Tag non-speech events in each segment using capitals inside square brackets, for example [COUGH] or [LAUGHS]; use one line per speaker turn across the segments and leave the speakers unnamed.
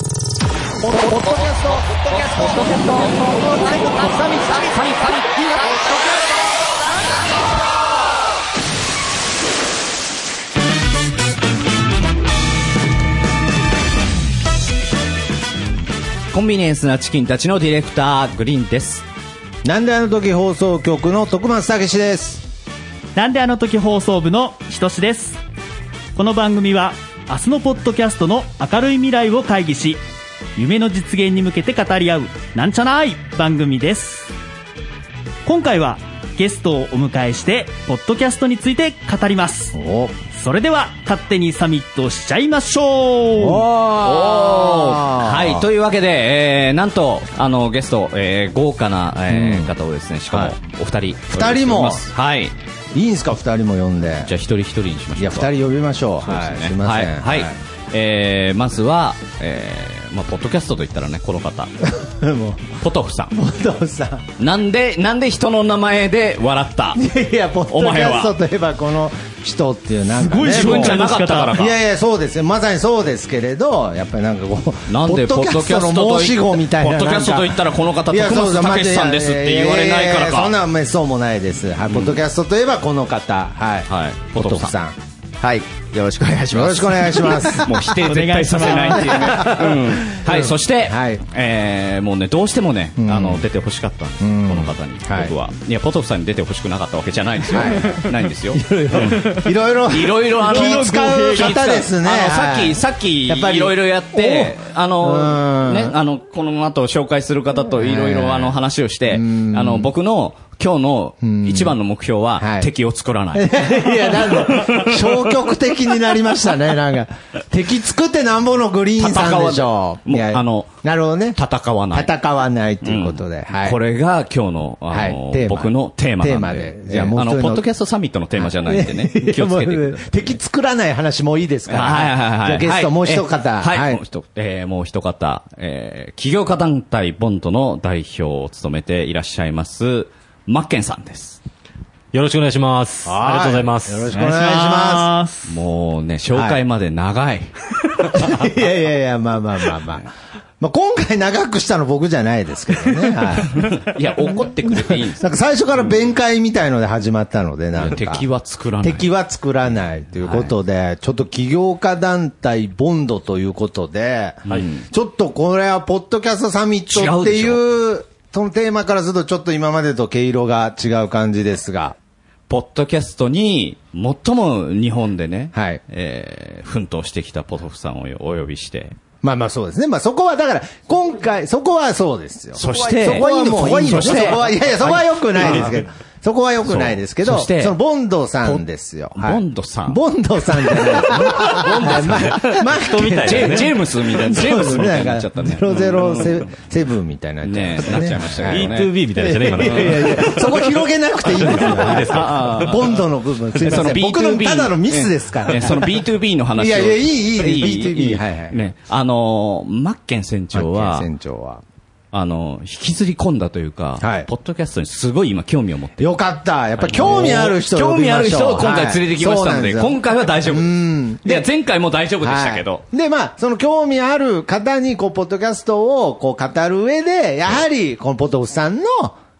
ポッドキャスト、ポッドキャスト、ポッドキャスト、最後、サミ、サミ、サミ、サミ、いいな、
コンビニエンスなチキンたちのディレクターグリーンです
なんであの時放送局の徳松武史です。
なんであの時放送部のひとしです。この番組は明日のポッドキャストの明るい未来を会議し、夢の実現に向けて語り合うなんちゃない番組です。今回はゲストをお迎えして、ポッドキャストについて語ります。
お
それでは勝手にサミットしちゃいましょう
はいというわけで、えー、なんとあのゲスト、えー、豪華な、えー方をですねしかも、
はい
お二人
二人も
はい
いいんすか、二人も呼んで。
じゃあ一人一人にしましょう
いや、二人呼びましょう。
はい、
すいません。
はい、はいえーまずは、えーまあ、ポッドキャストといったらねこの方
い。もう、
ポトフさん
お父さん。
なんでなんで人の名前で笑った
いや、ポッドキャストといえばこの人っていうなんか、ね。
すごい自分。
じゃなかったからか
いやいや、そうですよ。まさにそうですけれど、やっぱりなんかこう、
なんでポッドキャスト
ポッドキャストの
と
申し子みたいな。
ポッドキャストと言ったらこの方
いや
徳松
そう
武史さんですって言われないからか
やややそんなめそうもないです。はい、ポッドキャストといえばこの方。はい。
はい
ポ
ポ
ト
ト
フ
フ
さ
さ
ん。
はい、よろしくお願いし
よ
ま
ろ
す。
しくお願いします。
もう否定絶対させないっていうね、うんはい、そして、
はい
えーもうねどうしてもね、
ん
あの出てほしかったんです、
ん
この方に、
はい
僕はいやポトフさんに出てほしくなかったわけじゃないんですよ、ないんです
[LAUGHS]
よ
いろいろ。
いろいろあの
気使う方ですね
あのさっ
はい
きさっきい
やっぱり
ろいろやってあ
うん
のねあのこの後紹介する方といろいろあの話をしてあの僕の今日の一番の目標
は
はい敵を作らない
[LAUGHS] いや、なんか、消極的になりまし
[LAUGHS]
たね、なんか。敵作ってなんぼのグリーンさんでしょ。
戦わない
いや
もうあの
なるほどね。
戦わない。
戦わないということで。はい。
これが今日の、あ
はい
の、
テーマ
僕のテーマなん
テ
で。
ーマでいやもう
あ
そ
の、
れの
ポッドキャストサミットのテーマじゃないんで
[LAUGHS]
ね。気をつけてください。
敵作らない話もいいですから。
はいはいはいはい。
じゃあゲストもう一方。
はい。はいもう一、えーもう一方。えー、起業家団体ボンドの代表を務めていらっしゃいます、マッケンさんです。
よろしくお願いします。ありがとうございます。
よろしくお
は
願いし
[LAUGHS]
ます
もうね、紹介まで長い。
す。いやいやいや、まあまあまあまあ。まあ今回長くしたの僕じゃないですけどね。はい。
い、や、怒ってくれていいんです
[LAUGHS] なんか最初から弁解みたいので始まったので、なんか。
敵は作らない。
敵は作らないということで、ちょっと起業家団体ボンドということで、ちょっとこれはポッドキャストサミットっていう、そのテーマからするとちょっと今までと毛色が違う感じですが、
ポッドキャストに、最も日本でね、
はい
えー、奮闘してきたポトフさんをお呼びして、
まあまあそうですね。まあそこはだから、今回、そこはそうですよ。
そして
そこはいいの、
そ
そ
こ
こ
は
はい
い
い
い
の、
の
そ
そして
こはい、いやいや、そこは良くないですけど。そこは良くないですけど、
そう
そ
そして
のボンドさんですよ。はい
ボンドさん
ボンドさんじゃないですね。ボンドさん。マッキーみ
ジェジェームスみたいな、ジェームスみたいになっちゃったね。
そうですねなんか007みたいになっちゃいました
ねなっちゃいました
は
け
い
ど
い
ね
B2B みたいでしたね、今の。
いやいやそこ広げなくていいんですよ。
ああ
ボンドの部分。すいません僕のただのミスですから。
ええその B2B の話を。
いやいやいいいい B2B
いい
はいはい
ね。あのー、マッケン船長
マッ
は
キー、船長は。
あのー、引きずり込んだというか、
はい
ポッドキャストにすごい今興味を持ってる。
よかった。やっぱり興味ある人を
興
呼び
味あ
ま
る
しょう
人を今回連れてきましたので、
はいそうなん
今回は大丈夫
うん
です。いや、前回も大丈夫でしたけ
は
ど。
いで、まあ、その興味ある方に、こう、ポッドキャストを、こう、語る上で、やはり、このポトフさんの、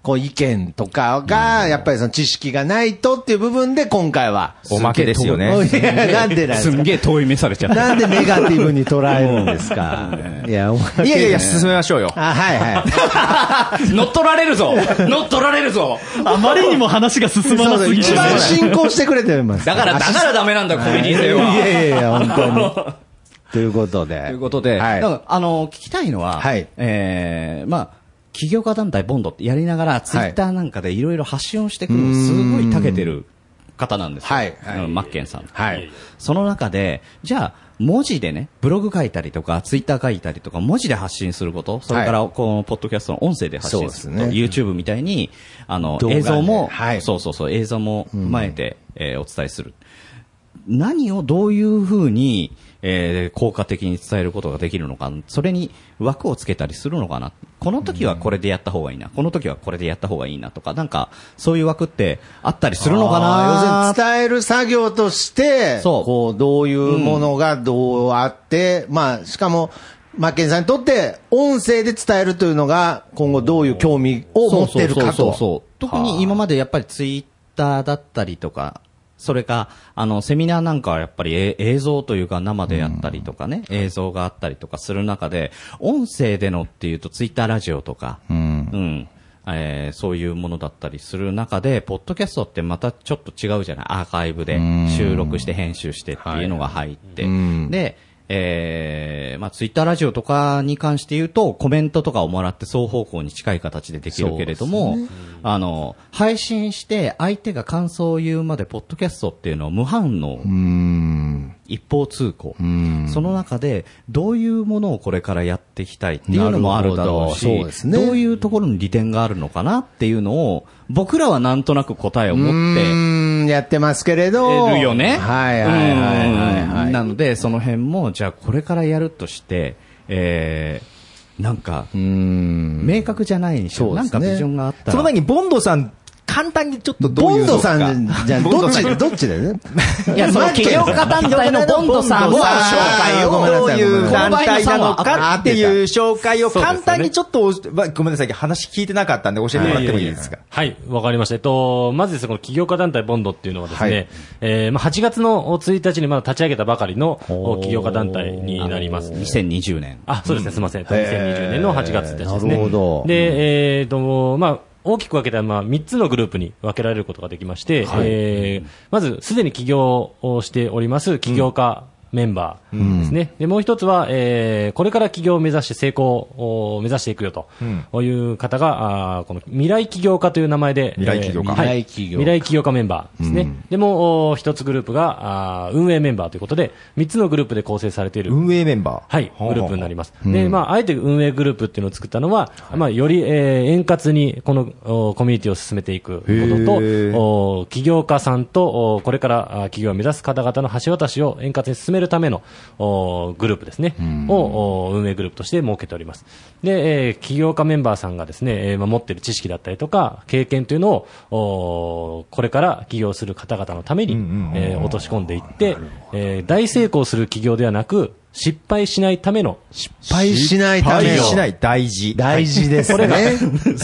こう、意見とかが、やっぱりその知識がないとっていう部分で、今回は。
おまけですよね。
い
[LAUGHS]
やなんでなんですす
ん
か
げえ遠い目されちゃった。
なんでネガティブに捉えるんですか。いや、お前
いやいやいや、進めましょうよ。
あ、はいはい。
[LAUGHS] 乗っ取られるぞ乗っ取られるぞ
あまりにも話が進まな
そう
すぎて
一。番進行してくれてます。
だ
[LAUGHS]
から、だからダメなんだ、コミュニティでは。
いやいやいや、本当に。ということで。
ということで、
はい
だからあの、聞きたいのは、
はい
えーまあ、起業家団体ボンドってやりながら、ツイッターなんかでいろいろ発信をしてくるの、すごい長けてる方なんですよ。
はいはい
うんマッケンさん。
はい
その中で、じゃあ、文字でね、ブログ書いたりとか、ツイッター書いたりとか、文字で発信すること、それから、この、ポッドキャストの音声で発信すること、
そうです
YouTube みたいに、あの
動、画で
映像も、
はい
そうそうそう、映像も踏まえて、えーお伝えする。何をどういうふうに、えー効果的に伝えることができるのか、それに枠をつけたりするのかな、この時はこれでやった方がいいな、この時はこれでやった方がいいなとか、なんか、そういう枠ってあったりするのか
あー要
な
するに伝える作業として、
そう
こう、どういうものがどうあって、まあ、しかも、マッケンさんにとって、音声で伝えるというのが、今後どういう興味を持ってるか
そうそうそう
と。
そう特に今までやっぱりツイッターだったりとか、それか、あの、セミナーなんかはやっぱりえ映像というか生でやったりとかね、映像があったりとかする中で、音声でのっていうとツイッターラジオとか、うん。えーそういうものだったりする中で、ポッドキャストってまたちょっと違うじゃないアーカイブで収録して編集してっていうのが入って。で、えーまあツイッターラジオとかに関して言うと、コメントとかをもらって双方向に近い形でできるけれども、あの、配信して相手が感想を言うまで、ポッドキャストっていうのは無反応、一方通行、その中でどういうものをこれからやっていきたいっていうのもあるだろうし、
なるほどそうですね
どういうところに利点があるのかなっていうのを、僕らはなんとなく答えを持って、
うん、やってますけれど。
るよね。
はいはいはいはいはい。
うんなので、その辺も、じゃあこれからやるとして、えー、なんか、明確じゃないにしろ、
そう
な
で
ん
すね
かビジョンがあった
その
ら
前、に、ボンドさん、簡単にちょっとどう
ボ
いう
ンドさん
のか
じゃん、どっち、
ボン
ど
ド
っち
[LAUGHS]
だよね。
いや、その企業家団体のボンドさんを紹介
あ
を
ーごめんな
どう
さい
いう団体なのかっていう紹介を
そうですね
簡単にちょっとお、まあごめんなさい、話聞いてなかったんで教えてもらってもいいですか。
はい、わかりました。えっと、まずですね、この起業家団体ボンドっていうのはですね、
はい
えーまあ、8月の1日にまだ立ち上げたばかりの
おー
起業家団体になります。
2020年。
あ、そうですね、すみません。2020年の8月1日ですね。
なるほど
で、えっ、と、まあ、大きく分けたら、まあ、3つのグループに分けられることができまして、えーまず、すでに起業をしております起業家、メンバーですね。で、もう一つは、えーこれから起業を目指して成功を目指していくよと、いう方が、あーこの未来起業家という名前で、
未来起業家
えーはい
未来起業家
未来起業家メンバーですね。でも、お一つグループが、あー運営メンバーということで、3つのグループで構成されている
運営メンバー。
はい、グループになります。で、まあ、あえて運営グループっていうのを作ったのは、まあ、より、えー円滑にこのおコミュニティを進めていくことと、お起業家さんと、おこれからあ起業を目指す方々の橋渡しを円滑に進めるためのおグループですね、をお運営グループとして設けております。で、えー起業家メンバーさんがですね、えーまあ持っている知識だったりとか、経験というのを、おこれから起業する方々のために、えー落とし込んでいって、えー大成功する起業ではなく、失敗しないための失
失敗しないた
失
め
敗
の
しない、大事。
大事ですね。
コンセプトと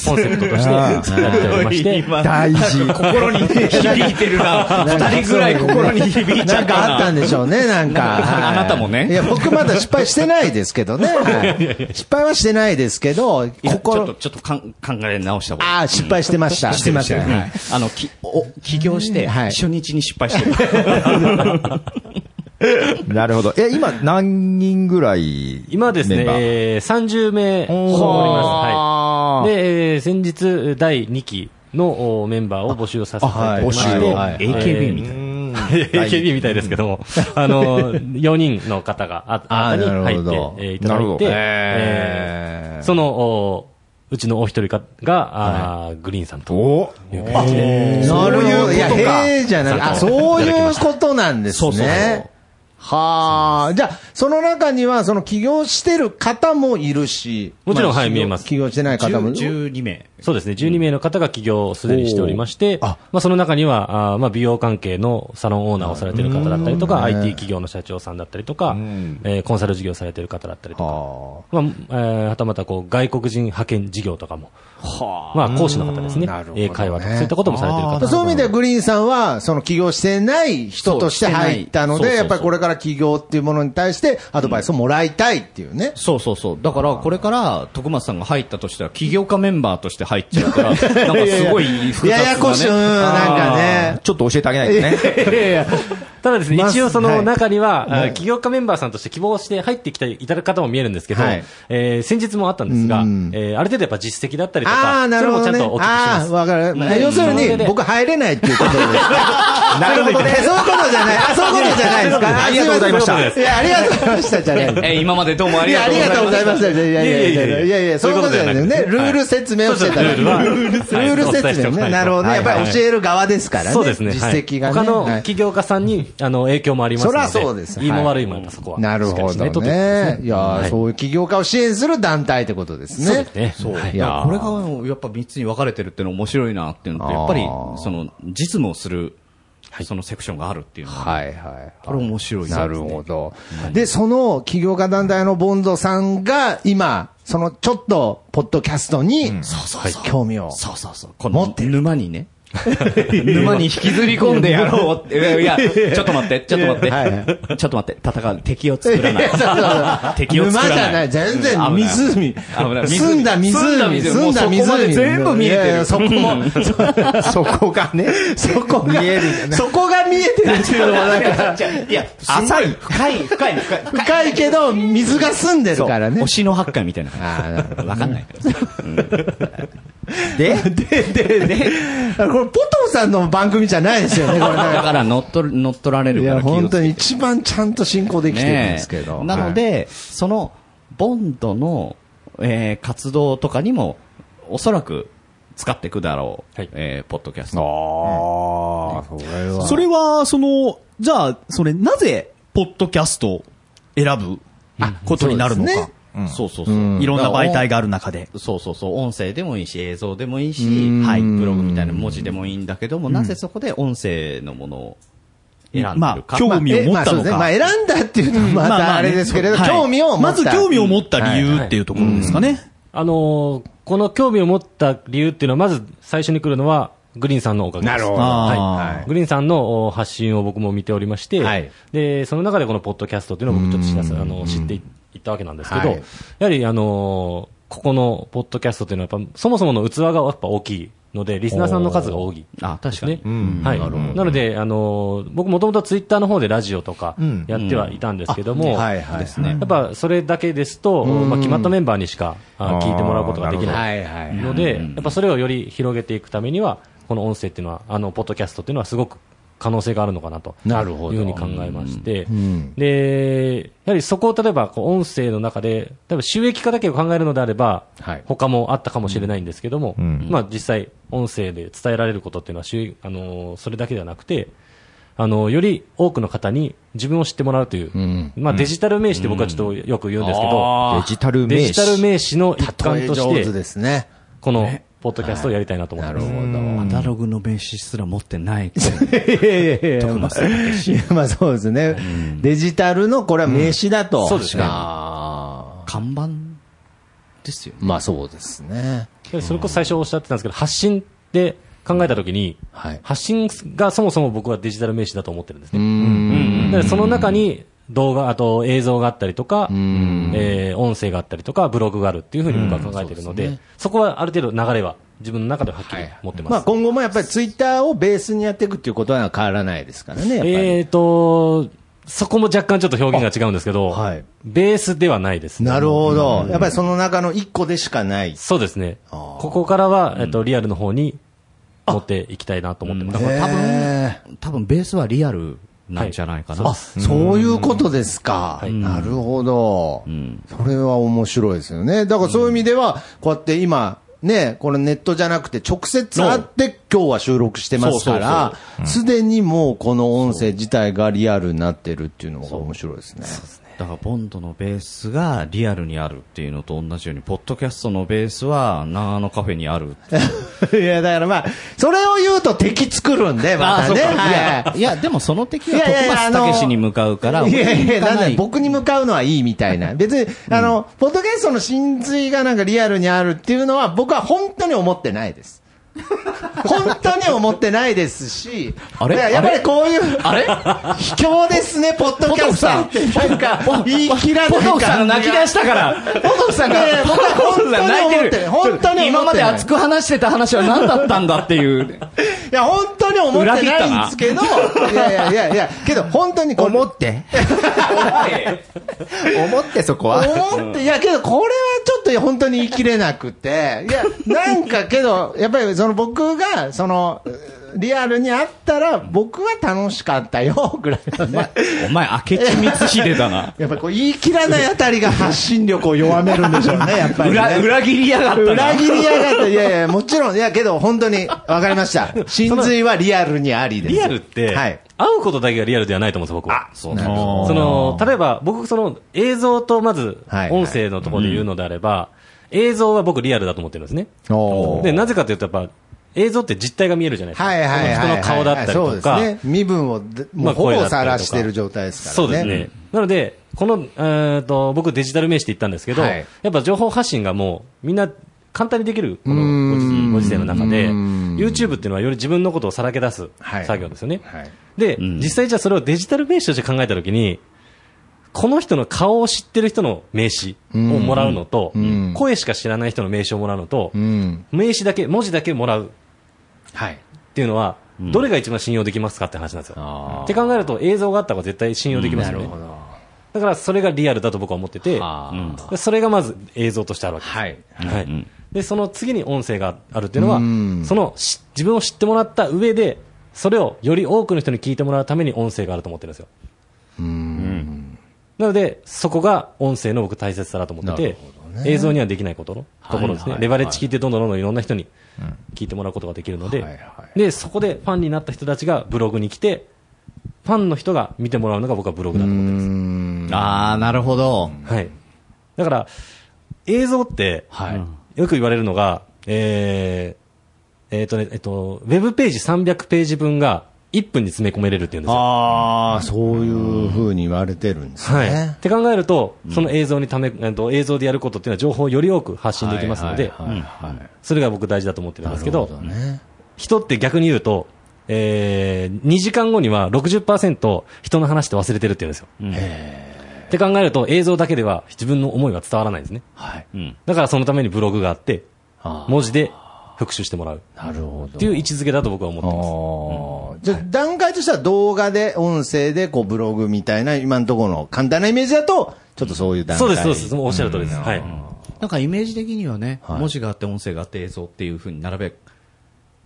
してやっており
[LAUGHS]
[LAUGHS]
まして、
大事。
[LAUGHS] 心に響いてるな。二人ぐらい心に響いちゃ
[LAUGHS] な
うん
かあったんでしょうね、なんか。
あなたもね
いや、僕まだ失敗してないですけどね。はい失敗はしてないですけど、
いやちょっと、
心、
ちょっとかん考え直した方がいい。
ああ、失敗してました。してました。はい
あの、き、お、起業して、
はい
初日に失敗
[LAUGHS]
してる。
なるほど。え、今何人ぐらい
今です
メ
ね
ン、バー
えー30名おります。はい。で、えー先日、第2期のおメンバーを募集をさせていただきまし
あ
て、
はい募集を
はい
AKB みたいな
えー AKB みたいですけども、あの、4人の方があ
あー
新たに
なる
入
ほ
って
ど
えーいただいて、えーその、おうちのお一人かが、あーグリーンさんと
お
いう形で、
なるほど。いや、
そういうことか
へえじゃない。あ、そういうことなんです
そうそうそう
ね。はあ。じゃあ、その中には、その起業してる方もいるし。
もちろん
あ
はい
起業
見えます
起業してない方も。
12名。
そうですね、12名の方が起業をすでにしておりまして、まあ、その中には、あーまあ、美容関係のサロンオーナーをされている方だったりとか、IT 企業の社長さんだったりとか、えーコンサル事業されている方だったりとか、まあえーはたまたこう外国人派遣事業とかも、まあ、講師の方ですね、英会話とか、そういったこともされている方
そういう意味ではグリーンさんは、その起業してない人として入ったの
そう
で、
してない
やっぱりこれから起業っていうものに対してアドバイスをもらいたいっていうね。
そうそうそう。だから、これから、徳松さんが入ったとしては、起業家メンバーとして入っちゃうから、なんかすごい複雑だ、
や
ね、
やこしい、うんなんかね。
ちょっと教えてあげないとね。
ただですね、
ま
一応そ
は
の
い
中には、あ起業家メンバーさんとして希望して入ってきていただく方も見えるんですけど、
はい
えー先日もあったんですが、
うん
えーある程度やっぱ実績だったりと
あ
か、
あ、なるほ
そ
ど
れ
ね
もちゃんとお聞き。しま
あ
す
あ、。わかる。要する
それ
に、
で
僕入れないっていうことです。
なるほどね。
そういうことじゃない。あ、そういうことじゃないですか。
ありがとうございました
あすませんいや、ありがとうございましたじゃない。
えー今までどうもあ
い
りが
や、あ
とう
り
ござい
が
ま
とうございました。いやいやいやいやいやいやいや、そういうことじゃないですね。
そういうこと
ル
じゃな
ー
い
ル説明をしてた
そうそうルールははい
ルール
お伝えして
説
お
明
きた
ね。
い
なるほどね。や
は
っ
い
ぱり教える側ですからね。
そうですね。
実績がね。
はい他
は
の
い
起業家さんに、あの、影響もありますので。
そらそうです
いい
はい
も悪いもやっぱそこは。
なる
しっか
ほ
りしな
ど
いとってことです
ね。いや
はい
ー、そういう起業家を支援する団体ってことですね。
そうですね。そう。
い
い
や
やこれがやっぱ3つに分かれてるっていうの面白いなっていうのとやっぱりその実務をするそのセクションがあるっていうのは、
はいはい。
これ面白いですね
なるほど。で、その起業家団体のボンドさんが今、そのちょっと、ポッドキャストに、興味を。
そうそうそう。この沼に [LAUGHS] ね。沼に引きずり込んでやろう。いや、いやちょっと待って、ちょっと待って。
はい
ちょっと待って、戦う。敵を作らない
そうそうそう。
[LAUGHS] 敵を作らない
沼じゃない、
危
全
な
然
い
湖。
危ない
澄んだ湖。
澄んだ湖
澄んだ
もうそこまで
湖。
全部見えてる
いやいや [LAUGHS] そこも、
そこがね、
そこが、そこが見えてるっていうのもなんか、
いや、浅い。深い、深い、深い。
深いけど、水が澄んでるからね。
星の八回みたいな
あーなるほ
感じ。わかんないけど。
で、で、で、で、これ、ポトフさんの番組じゃないですよね、これね。
だから乗っ取る乗っ取られる
い
か
や、
ら気をつけて
本当に一番ちゃんと進行できてるん
ねえ
ですけど。
なので、そのボンドの、えー活動とかにもおそらく使っていくだろう、
はい
えーポッドキャスト。
ああ、それは
それは、その、じゃあ、それ、なぜ、ポッドキャストを選ぶことになるのか。
そうですね
そうそうそう、
いろんな媒体がある中で。
そうそうそう、音声でもいいし、映像でもいいし、
ん
はい、ブログみたいな文字でもいいんだけども、なぜそこで音声のものを選んでるか。
まあ興味を持ったのか
まあえまあそうですねまあ選んだっていうのもま
まま
たあ
ね
れですけれど、
はい
興味を持った。
まず興味を持った理由っていうところですかね。
あのーこの興味を持った理由っていうのは、まず最初に来るのは、グリーンさんのおかげで
な
す。
るほど
はい
あー
グリーンさんのお発信を僕も見ておりまして、
はい
で、その中でこのポッドキャストっていうのを僕ちょっと知らせあの知っていったわけなんですけど、
はい
やはり、あのーここのポッドキャストっていうのはやっぱ、そもそもの器がやっぱ大きいので、リスナーさんの数が多い。
あ、確かに。
ね。はい。なので、あのー、僕もともとツイッターの方でラジオとか
ん
やってはいたんですけど
は
も、
いはいはい。
ですね
やっぱそれだけですと、まあ、決まったメンバーにしかあ
あー
聞いてもらうことができ
は
ない
いはい。
ので、やっぱそれをより広げていくためには、この音声っていうのは、あのポッドキャストっていうのは、すごく可能性があるのかなと
なるほど
いうふうに考えまして、
ん
でやはりそこを例えばこう音声の中で、例えば収益化だけを考えるのであれば、
はい
他もあったかもしれないんですけども、
ん
まあ、実際、音声で伝えられることっていうのは収益、あのそれだけではなくて、あのより多くの方に自分を知ってもらうという、
ん
まあ、デジタル名詞って僕はちょっとよく言うんですけど、
デジタル
デ
名
ジタル
詞。
名詞の一環
例え
と
上手
し
で
て、
すね。
このポッドキャストをやりたいなと思っ
な
て
る
ます
ほ。
アナログの名刺すら持ってない。
ど。いやいやいや、まあ、 [LAUGHS] まあそうですね。デジタルの、これは名詞だと。
そうですね
あ
看板ですよ
ーまあそうですね。
でそれこそ最初おっしゃってたんですけど、発信って考えたときに、
はい
発信がそもそも僕はデジタル名詞だと思ってるんですね。
うん。
だからその中に動画、あと映像があったりとか、えー音声があったりとか、ブログがあるっていうふうに僕は考えてるので、そこはある程度流れは自分の中ではっきり持ってます。
まあ今後もやっぱりツイッターをベースにやっていくっていうことは変わらないですからね、やっぱり。
えーと、そこも若干ちょっと表現が違うんですけど、
あはい
ベースではないですね。
なるほど。やっぱりその中の一個でしかない。
そうですね。
あー
ここからは、えっと、リアルの方に持っていきたいなと思ってます。
だから多
へ
分、多分ベースはリアルなんじゃないかな。
はい
そういうことですか。なるほど、それは面白いですよね。だからそういう意味では、こうやって今、ね、これネットじゃなくて直接会って今日は収録してますから、すでにもうこの音声自体がリアルになってるっていうのが面白いですね。 [LAUGHS]
だからボンドのベースがリアルにあるっていうのと同じように、ポッドキャストのベースは長野カフェにある。
いや、だからまあ、それを言うと敵作るんで、またね。はい
いや、でもその敵はい
やいや
徳松武に向かうから、
いや
俺に
いや、なん
行か
だよ僕に向かうのはいいみた
[LAUGHS]
いな。別に、あの、ポッドキャストの真髄がなんかリアルにあるっていうのは、僕は本当に思ってな
[LAUGHS]
いです。本当に思ってないですし、
あれ
いややっぱりこういう、
あれ
卑怯ですね、ポッドキャスターって。なんか、言い切らない感じが。
ポトフさんが泣き出したから
ポトフさんが、ポトフさん
泣いてる。
本当に
今まで熱
く。
く話してた話は何だったんだっていう。
いや、本当に思ってないんですけど、いやいやいやいや、けど本当にこれ
思って。思ってそこは。
思って、いやけどこれはちょっと本当に言い切れなくて、いや、なんかけど、やっぱりその僕が、その、リアルにあったら、僕は楽しかったよ、ぐらいのね。
お前、明智光秀だな。
やっぱりこう言い切らないあたりが発信力を弱めるんでしょうね、やっぱり、ね。
裏、裏切りやがったな。
裏切りやがって、いやいや、もちろん、いやけど本当に、わかりました。真髄はリアルにありです。
リアルって、
はい。
会うことだけがリアルではないと思うんですよ、僕は。
そうな
その、例えば、僕、その、映像とまず
はい、
音声のところで言うのであれば、映像は僕リアルだと思ってるんですね。
おー
で、なぜかというと、やっぱ、映像って実態が見えるじゃないですか。
はいはいはいはい。
人の顔だったり
そう
と
です
か、
ね。身分をで、も
ま
う
あ
ほ
声だ
ぼ
った
さ
りとか
らしてる状態ですからね。
そうですね。なので、この、えー、と僕、デジタル名詞で言ったんですけど、
はい
やっぱ情報発信がもう、みんな簡単にできる、
う
こ
ー
のご
ん
時ご時世の中で、
うーん
YouTube っていうのはより自分のことをさらけ出す
はい
作業ですよね。
はい。
で、実際じゃあそれをデジタル名詞として考えたときに、この人の顔を知ってる人の名詞をもらうのと、
うん
声しか知らない人の名詞をもらうのと、
うん。
名詞だけ、文字だけもらう
はい。
っていうのは、どれが一番信用できますかって話なんですよ。って考えると映像があった方が絶対信用できますよね。だからそれがリアルだと僕は思ってて、でそれがまず映像としてあるわけです。
はい。
はいでその次に音声があるっていうのは、
うん
そのし自分を知ってもらった上で、それをより多くの人に聞いてもらうために音声があると思ってるんですよ。なので、そこが音声の僕大切さだと思ってて、映像にはできないことのところですね、レバレッジ聞いてどんどんどんどんいろんな人に聞いてもらうことができるので、
はいは
でそこでファンになった人たちがブログに来て、ファンの人が見てもらうのが僕はブログだと思ってます。
ああ、なるほど。
はい、だから映像って、よく言われるのが、えーえーとねえっと、ウェブページ300ページ分が1分に詰め込めれるっていうんですよ。
ああ、そういうふうに言われてるんです
はい、っ
ね。
て考えると、その映像にため、えっと映像でやることっていうのは情報をより多く発信できますので、
はいはいはいはい
それが僕大事だと思ってるんですけど、
なるほね
人って逆に言うと、えー、2時間後には60%人の話って忘れてるって言うんですよ。って考えると映像だけでは自分の思いが伝わらないんですね。
はい。
だからそのためにブログがあって、
あー
文字で復習してもらう
なるほど。
っていう位置づけだと僕は思ってます。
あーじゃあ段階としては動画で、音声で、こう、ブログみたいな、今のところの簡単なイメージだと、ちょっとそういう段階。
そうです、そうです。おっしゃる通りです。はい。
なんかイメージ的にはね、
い
文字があって音声があって映像っていうふうに並べ、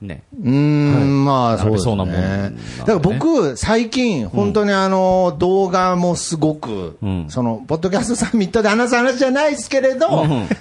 ね。
うーん、まあ、そうですね。
並べそうなもんなんでね
だから僕、最近、本当にあの、動画もすごく、
ん
その、ポッドキャストサミットで話す話じゃないですけれど、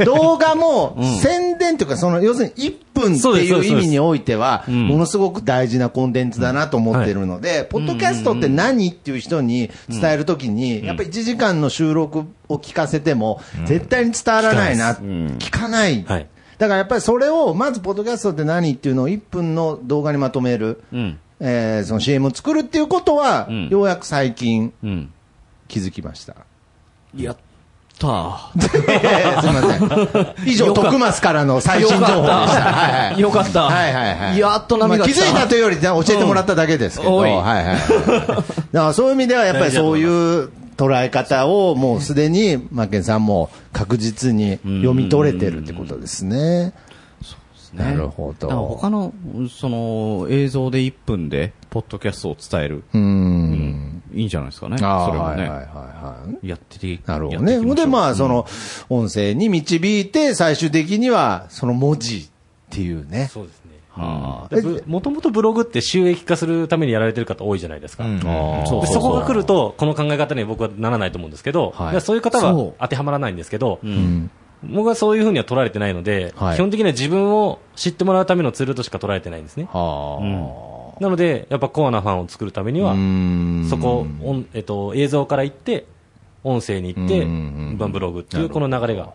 動画も宣伝というか、その、要するに1分って
そうです
い
そう
う
です
意味においては、
ん
ものすごく大事なコンテンツだなと思ってるので、ポッドキャストって何っていう人に伝えるときに、やっぱり1時間の収録を聞かせても、絶対に伝わらないな、聞かない
はい
だからやっぱりそれを、まず、ポッドキャストって何っていうのを1分の動画にまとめる、
ん
えーその CM を作るっていうことは、
ん
ようやく最近、
うん。
気づきました。
やったー。
えーすみま [LAUGHS] せん。以上、徳松からの最新情報でした。はいはい
よかった
はいはいはい。
やっと波が
まあ
来
気
た
づいたというより、ね教えてもらっただけですけど、
うんお
はいいはいはい。だからそういう意味では、やっぱりそういう捉え方を、もうすでに、マッケンさんも確実に読み取れてるってことですね。なるほど
だから他の、その、映像で1分で、ポッドキャストを伝える。
うん。
いいんじゃないですかね。それ
ああ
は
はいはいはい
ね。
はい。
やってて
なるほど
や
ね。
っていきしょう
で、まあ、その、音声に導いて、最終的には、その文字っていうね。
そうですね。
あ
え
もともとブログって収益化するためにやられてる方多いじゃないですか。
うん
あ
でそこが来ると、この考え方には僕はならないと思うんですけど、
はい
いやそういう方
そう
は当てはまらないんですけど、僕はそういうふうには捉えてないので、
はい
基本的には自分を知ってもらうためのツールとしか捉えてないんですね。
は
なので、やっぱコアなファンを作るためには
あ。、ん
そこ、おんえっと、映像から行って、音声に行って、
うん
まあブログっていうこの流れが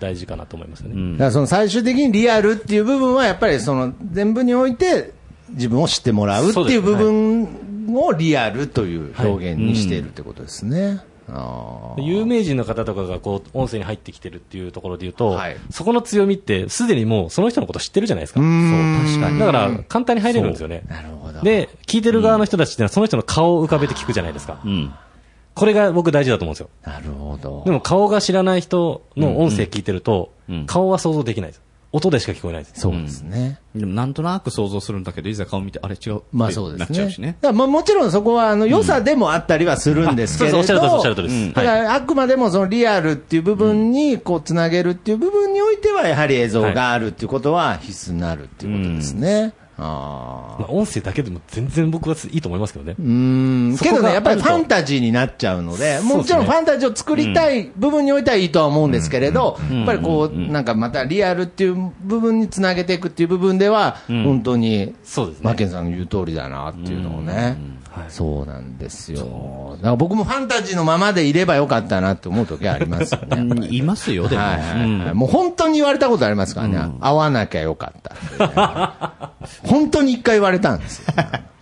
大事かなと思いますね。
だからその最終的にリアルっていう部分は、やっぱりその全部において、自分を知ってもらうって
そう
い
で
う
すね
部分をリアルという表現にしているってことですね。あー
有名人の方とかがこう音声に入ってきてるっていうところで言うと、
はい
そこの強みって、すでにもうその人のこと知ってるじゃないですか。そう確かにだから、簡単に入れるんですよね。
なるほど。
で、聞いてる側の人たちってのは、その人の顔を浮かべて聞くじゃないですか。これが僕大事だと思うんですよ。
なるほど
で。も顔が知らない人の音声聞いてると、
ん
顔は想像できないです。音でしか聞こえないです。
そうですね。
ーでもなんとなく想像するんだけど、いざ顔見て、あれ違う。
まあそうです
なっちゃ
ね。
うしね。
だからまあもちろんそこはあの良さでもあったりはするんですけれど、
うんあそうですおっしゃる通りおっしゃる通りです
だからあくまでもそのリアルっていう部分にこうつなげるっていう部分においてはやはり映像があるっていうことは必須になるっていうことですね。ああ。
まあ、音声だけでも全然僕はいいと思いますけどね。
うん。
そ
け
こが
どね、やっぱり
ある
フ
と
ァンタジーになっちゃうので、
ね
もちろんファンタジーを作りたい部分においてはいいとは思うんですけれど、やっぱりこう、なんかまたリアルっていう部分につなげていくっていう部分では、本当に
そうですね
マケンさんの言う通りだなっていうのをね、そうなんですよ、だから僕もファンタジーのままでいればよかったなって思う時はあり [LAUGHS] ますよね。
うんいますよ、でも。
はいはいはいもう本当に言われたことありますからね、会わなきゃよかった。本当に一回言われた
[LAUGHS]
んですよ。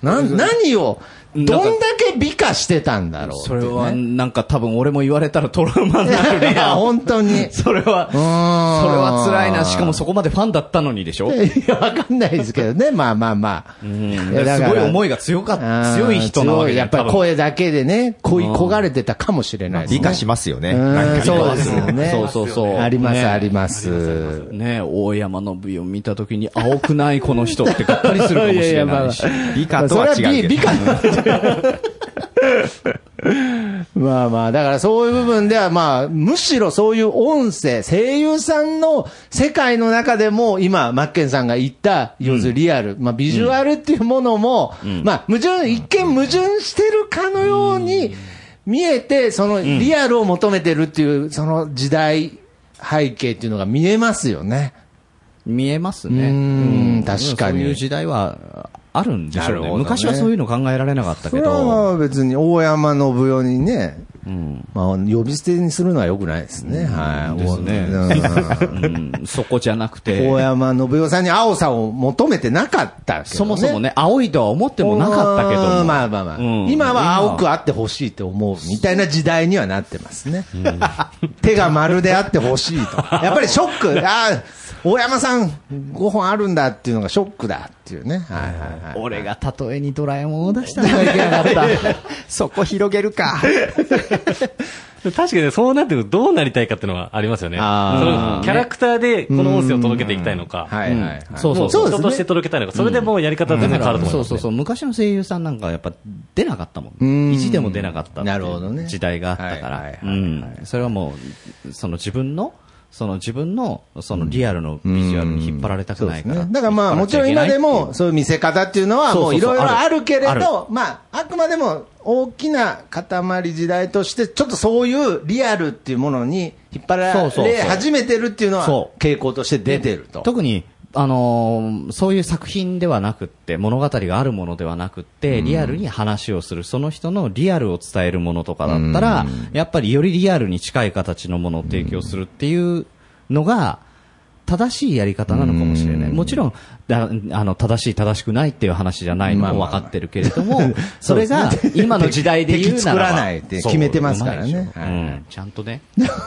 な何を、どんだけ美化してたんだろうって
そ
ね、
れはなんか多分俺も言われたらトラウマになる
い
ね
や、。 [LAUGHS] 本当に。
それは、それ
ん
は辛いな。しかもそこまでファンだったのにでしょ
いや、わかんないですけどね、まあまあまあ。いやだ
す
から
ごい思いが強かった、強い人なわ
強
け
い
じゃ
や
ん
っぱり
多分
声だけでね、恋い焦がれてたかもしれないですね
理解しますよね。
うん
なんか
そうですよね。
そうそうそう
あります、
ね
あります。
ね、大山の V を見たときに、青くないこの人ってがっかりするかもしれないし。
理科とは違うけ
そ
ど。
れは美美化なんで [LAUGHS] まあまあ、だからそういう部分ではまあ、むしろそういう音声、声優さんの世界の中でも、今、マッケンさんが言った、要するにリアル、まあビジュアルっていうものも、まあ矛盾、一見矛盾してるかのように見えて、そのリアルを求めてるっていう、その時代背景っていうのが見えますよね。
見えます
う
ね。
ん確かに
そういう時代はあるんでしょう
なる
ね
ほどね
昔はそういうの考えられなかった
そ
け
れはま
ど。
あ別に大山信代にね、まあ、呼び捨てにするのは良くないですね。はい。
ですね
うん
うんそこじゃなく [LAUGHS] て。
大山信代さんに青さを求めてなかったけどね。
そもそもね、青いとは思って
うん。
もなかったけども。
まあまあまあ。
うん
今は青くあってほしいと思うみたいな時代にはなってますね。 [LAUGHS] 手が丸であってほしいと。やっぱりショック。ああ、大山さん5本あるんだっていうのがショックだっていうね。はいはいはい。
俺が例えにドラえもんを出したらいけなかった。
そこ広げるか。
確かにねそうなってくるとどうなりたいかっていうのはありますよね。そ
あ
のキャラクターでこの音声を届けていきたいのか、
はいはいはい。
そうそう
も
そううで
人
す
と
ね
して届けたいのか、それでもうやり方全然変わると思い
そ
ま
う
す
そう
ね。
そう、昔の声優さんなんかはやっぱ出なかったも
ん
ん。意地でも出なかったっていう
なるほどね
時代があったか
はいはい
ら。う
はい
んそれはもう、その自分の、その自分の、そのリアルのビジュアルに引っ張られたくないから。
だからまあ、もちろん今でも、そういう見せ方っていうのは、
そう
も
そうそう
ういろいろあるけれ
ある
ど、まあ、あくまでも大きな塊時代として、ちょっとそういうリアルっていうものに引っ張
そうそ
ら
う
れ
そう
始めてるっていうのは
そ、う
傾向として出てると。
特に、あのーそういう作品ではなくって、物語があるものではなくって、リアルに話をする、その人のリアルを伝えるものとかだったら、やっぱりよりリアルに近い形のものを提供するっていうのが、正しいやり方なのかもしれない。もちろん、だあの、正しい、正しくないっていう話じゃないのも分かってるけれど
[LAUGHS]
も、それが、今の時代で言うならば。
敵作らないって決めてますから
そ
ね
ううまいでしょ
はい
うんちゃんとね、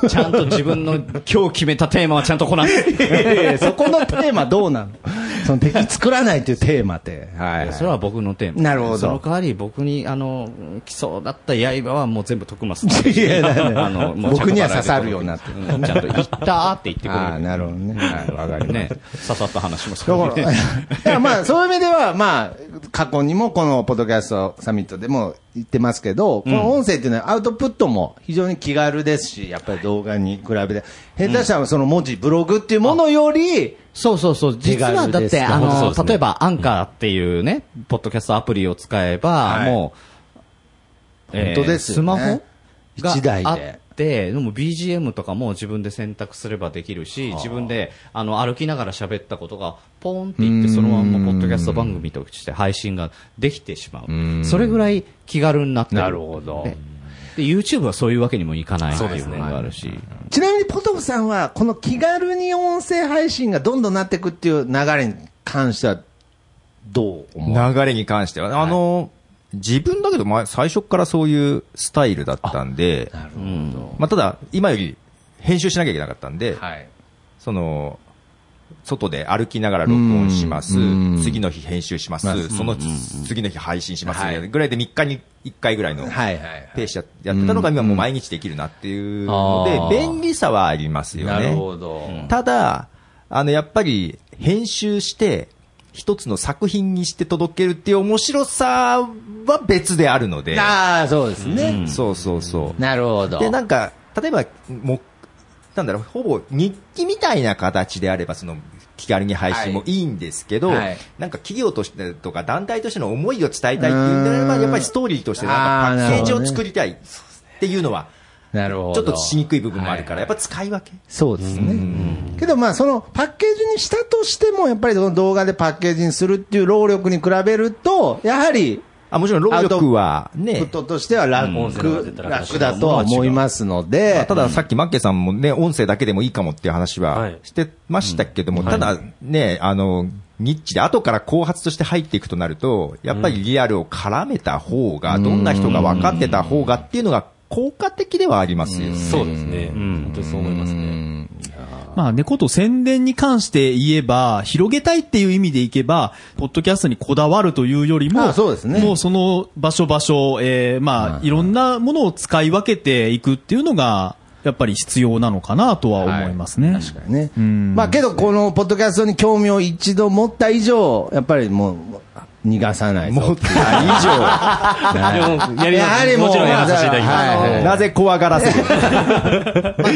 ちゃんと自分の今日決めたテーマはちゃんとこなす。
そこのテーマどうなの [LAUGHS] その敵作らないっていうテーマって。はい。
それは僕のテーマ。
なるほど
その代わり僕に、あの、来そうだった刃はもう全部徳松さん。
[LAUGHS] いやだから
あのもう
僕には刺さるようになってる
うんちゃんと、行ったーって言ってくれる。
[LAUGHS] ああ、なるほどね。はい、わかりました
ね。刺さった話もす
だ
る
から [LAUGHS] だからまあ、そういう意味では、まあ、過去にもこのポッドキャストサミットでも言ってますけど、この音声っていうのはアウトプットも非常に気軽ですし、やっぱり動画に比べて、下手したらその文字、ブログっていうものより、
そうそうそう。実
手軽です
はだって、あ
本当そう
の、
ですね
例えばアンカーっていうね、ポッドキャストアプリを使えば、
はい
もう、
本当ですよね
スマホが
一台で
あって、でも BGM とかも自分で選択すればできるし、自分であの歩きながら喋ったことが、ポンっていって、そのまんまポッドキャスト番組として配信ができてしまう。それぐらい気軽になってる。なるほど。で、YouTube はそういうわけにもいかないっていうのがあるし。
ちなみにポトフさんは、この気軽に音声配信がどんどんなっていくっていう流れに関しては、どう思う
流れに関しては、あの、自分だけど、まあ、最初からそういうスタイルだったんで、まあ、ただ、今より編集しなきゃいけなかったんで、
はい。
その、外で歩きながら録音します、
うんうん
次の日編集します、その次の日配信します、
はい
ぐらいで3日に1回ぐらいの
はいはいはい
ペースややってたのが今もう毎日できるなっていう
あ
の
ー
で、便利さはありますよね。
なるほど。
ただ、あの、やっぱり、編集して、一つの作品にして届けるっていう面白さは別であるので。
ああ、そうですね。
そうそうそう。
なるほど。
で、なんか、例えば、もう、なんだろう、ほぼ日記みたいな形であれば、その、気軽に配信もいいんですけど、
はいはい
なんか企業としてとか団体としての思いを伝えたいっていうんであれば、
うーん
やっぱりストーリーとしてなんかパッケ
あーな
ージ
るほど
を
ね
作りたいっていうのは、
なるほ
ちょ
ど
っとしにくい部分もあるから、やっぱ使い分け。
そうですね。けどまあそのパッケージにしたとしても、やっぱりその動画でパッケージにするっていう労力に比べると、やはり
あ、もちろん労力はね
フッ、トとしては楽、楽だとは思いますの
まあ
で、
たださっきマッケさんもね、音声だけでもいいかもっていう話
は
はいしてましたけども、ただね、あの、ニッチで後から後発として入っていくとなると、やっぱりリアルを絡めた方が、どんな人が分かってた方がっていうのが効果的ではありますよね。
そうですね。本当にそう思いますね。
まあ、猫と宣伝に関して言えば、広げたいっていう意味でいけば、ポッドキャストにこだわるというよりも、
あそうですね
もうその場所場所、えーまあ、いろんなものを使い分けていくっていうのが、やっぱり必要なのかなとは思いますね。
確かにね。
ん
まあけど、このポッドキャストに興味を一度持った以上、やっぱりもう、逃がさないぞ。
持った
[LAUGHS]
以
でもやり
やはりもう
もちろんやらさせていただきます。
はい
上、なぜ怖が
[LAUGHS]
らせ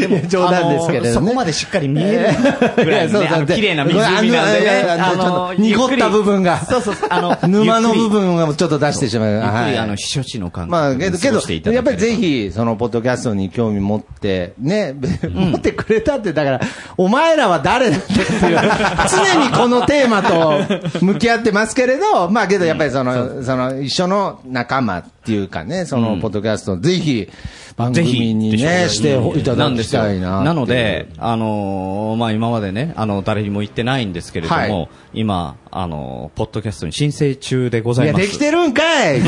る
冗談ですけれどね
あのそこまでしっかり見えるぐらい
いやそ
の
う
ね
そう
あの綺麗な湖なんでね
あのいやいやあの
あの
ちょっと濁った部分が
そうそうそうあ
[LAUGHS]
の
沼の部
ゆっくり
分をちょっと出してしまう。
ゆっく
はい
りあの避暑地の感
まあ、
覚
け
で
ど、け
過ごしていた
ど、
だ
やっ
け
ぱ
れ
り
ば
ぜひ、その、ポッドキャストに興味持って、ね、 [LAUGHS] 持ってくれたって、だから、お前らは誰なんだ
[LAUGHS]
っていう、常にこのテーマと向き合ってますけれど、まあ、けど、やっぱりその、その、一緒の仲間っていうかね、その、ポッドキャスト、ぜひ、番
ぜひ
組にね、していただきたいなっていう。
なので、あのーまあ、今までね、あの、誰にも言ってないんですけれども、
はい
今、あのーポッドキャストに申請中でござ
い
い
や、
ます。
できてるんかい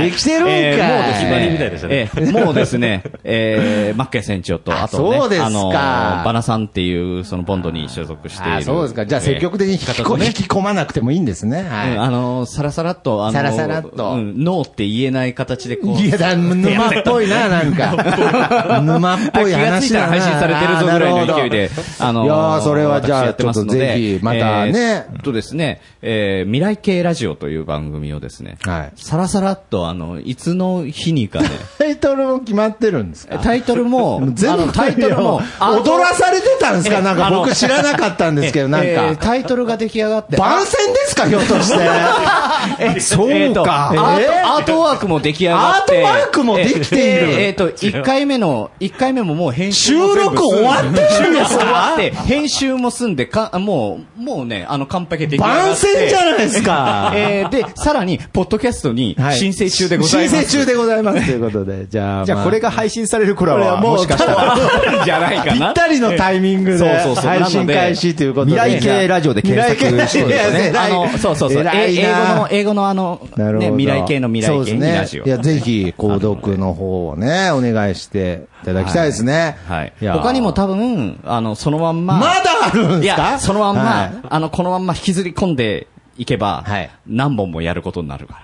できてるんかい、
ねりみたいでしたね
えーもうですね、えーマッケン船長と、
あ
あと、ね、
そうですか
あのーバナさんっていう、そのボンドに所属してい
あ
る。
そうですか。じゃあ、積極的に引き,、引き込まなくてもいいんですね。はい。
うんあのーさらさらっと、あのー
さらさらっと
うんノーって言えない形でこう。
いやだ、沼っぽいな、な
[LAUGHS]
んか。沼っぽい
あ気がつ
話
いた
だ
ら
な。
配信されてるぞぐらいの勢い
あーなる
で
ほど、
あのー
いやーそれはじゃあ
私やってますので
ちょっとぜひまたね
えーとですね、えー未来系ラジオという番組をですね、
はい
さらさらっと、あの、いつの日に
[LAUGHS]
かね、
タイトルも決まってるんですか
タイトルも、
全
あ
部
のタイトルも、
踊らされてたんです
え
かなんか
あの
僕知らなかったんですけど、なん
えー
か。
タイトルが出来上がって、
番宣ですかひょっ
[LAUGHS]
とし
そ
て。
うか、えー
えー
アートアートワークも出来上がって。
アートワークもできてい
え
る
ーえーと、1回目の、一回目ももう編集
収
も全部
録終わってるんですか
で、編集も済んで、か、もう、もうね、あの、完璧でき
番宣じゃないですか。
えー、で、さらに、ポッドキャストに
はい
申請中でございます。
申請
[LAUGHS]
中でございます。ということで、じゃあ。
じゃあこ
が、
れが配信される頃
これは
は、
も
も
う
しかしたら、
じゃないか
ぴ
な
っ。たりのタイミング
そう
で、
そうそう
配信開始ということで。
未来系ラジオで検索して
未来系ラジオ
ですね。
あの、そうそうそう。
偉
え
いな
英語の、英語のあの、
なるほ
ね、
ど。
未来系の未来系にラジオ。
そうですね。いや、ぜひ、購読の方をね、お願いしていただきたいですね。
はい。
いやー
他にも多分、あの、そのまんま。
まだあるんですか
いや、そのまんま、
はい
あの、このまんま引きずり込んでいけば、
はい
何本もやることになるから。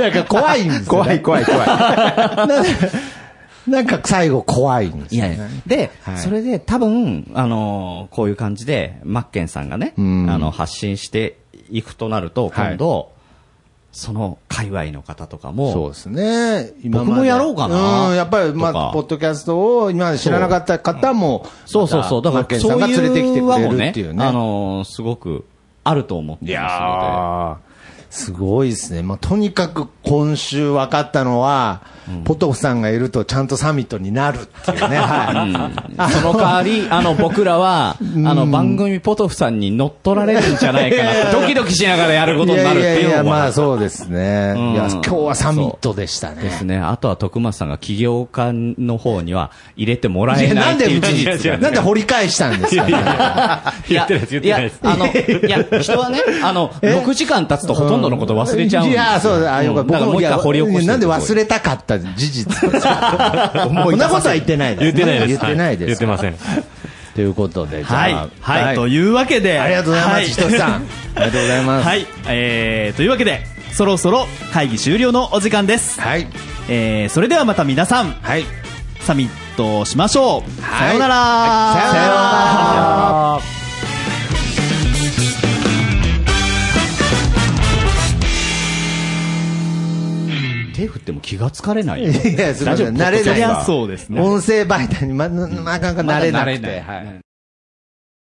なんか怖いんですよ。
怖い怖い
[LAUGHS]
怖い。
なんか最後怖いんです
い
よ
や
ね
いや。で、
はい
それで多分、あのーこういう感じで、マッケンさんがね、あ
ん
の、発信していくとなると、今度、その、界隈の方とか
そう
も、
ですね。今まで
僕もやろうかな
うん、やっぱり、ま
と
あ、
か
ポッドキャストを今まで知らなかった方も、
そうそうそう、だ
ま
か
た
ら、
マッケンさ
そ
ん
う
が
い
連れてきて
う輪
くれ
も
るっ
ね
ていう、ね。
あのーすごく、あると思っていますの
あーすごいですね、まあ、とにかく今週分かったのは、ポトフさんがいるとちゃんとサミットになるっていう
[LAUGHS]
ね、はい
で、その代わ
[LAUGHS]
り、あの、僕らは、あの、番組ポトフさんに乗っ取られるんじゃないかなって、ドキドキしながらやること
い
にな
や
るっ
い
て
やい
いう
や、
の
ま
は
あそうですね、
うん
いや今日はサミットでした
で
ね。
すね。あとは徳松さんが起業家の方には入れてもら
い
え
や
な
ないん
って
で、
いう事実がね
なんで掘り返したんですか、
言ってないです、言ってないです。
や、あの、いや、人はね、あの、
え
6時間経つとほとんどのこと忘れちゃうん
い
ですよ
や、そうだ、あよかった。
だからもう一回掘り起こして。
なんで忘れたかった事実ですかこんなことは言ってないだろ
言ってないです。
言ってないで
言
す
って。ません。
ということで、じゃあ
はい、はい、というわけで。
ありがとうございます、ひと
[LAUGHS]
しさん。ありがとうございま
[LAUGHS]
す。
はい、えー、というわけで、そろそろ会議終了のお時間です。
はい。
えー、それではまた皆さん、
はい。
サミットをしましょう。さようなら。
さようなら。
手振っても気がつかれない。
いや、すみません。慣れ
そ
ない
りゃ
わ。
そうですね。
音声媒体にま、ななかなか慣れなくて。
はい。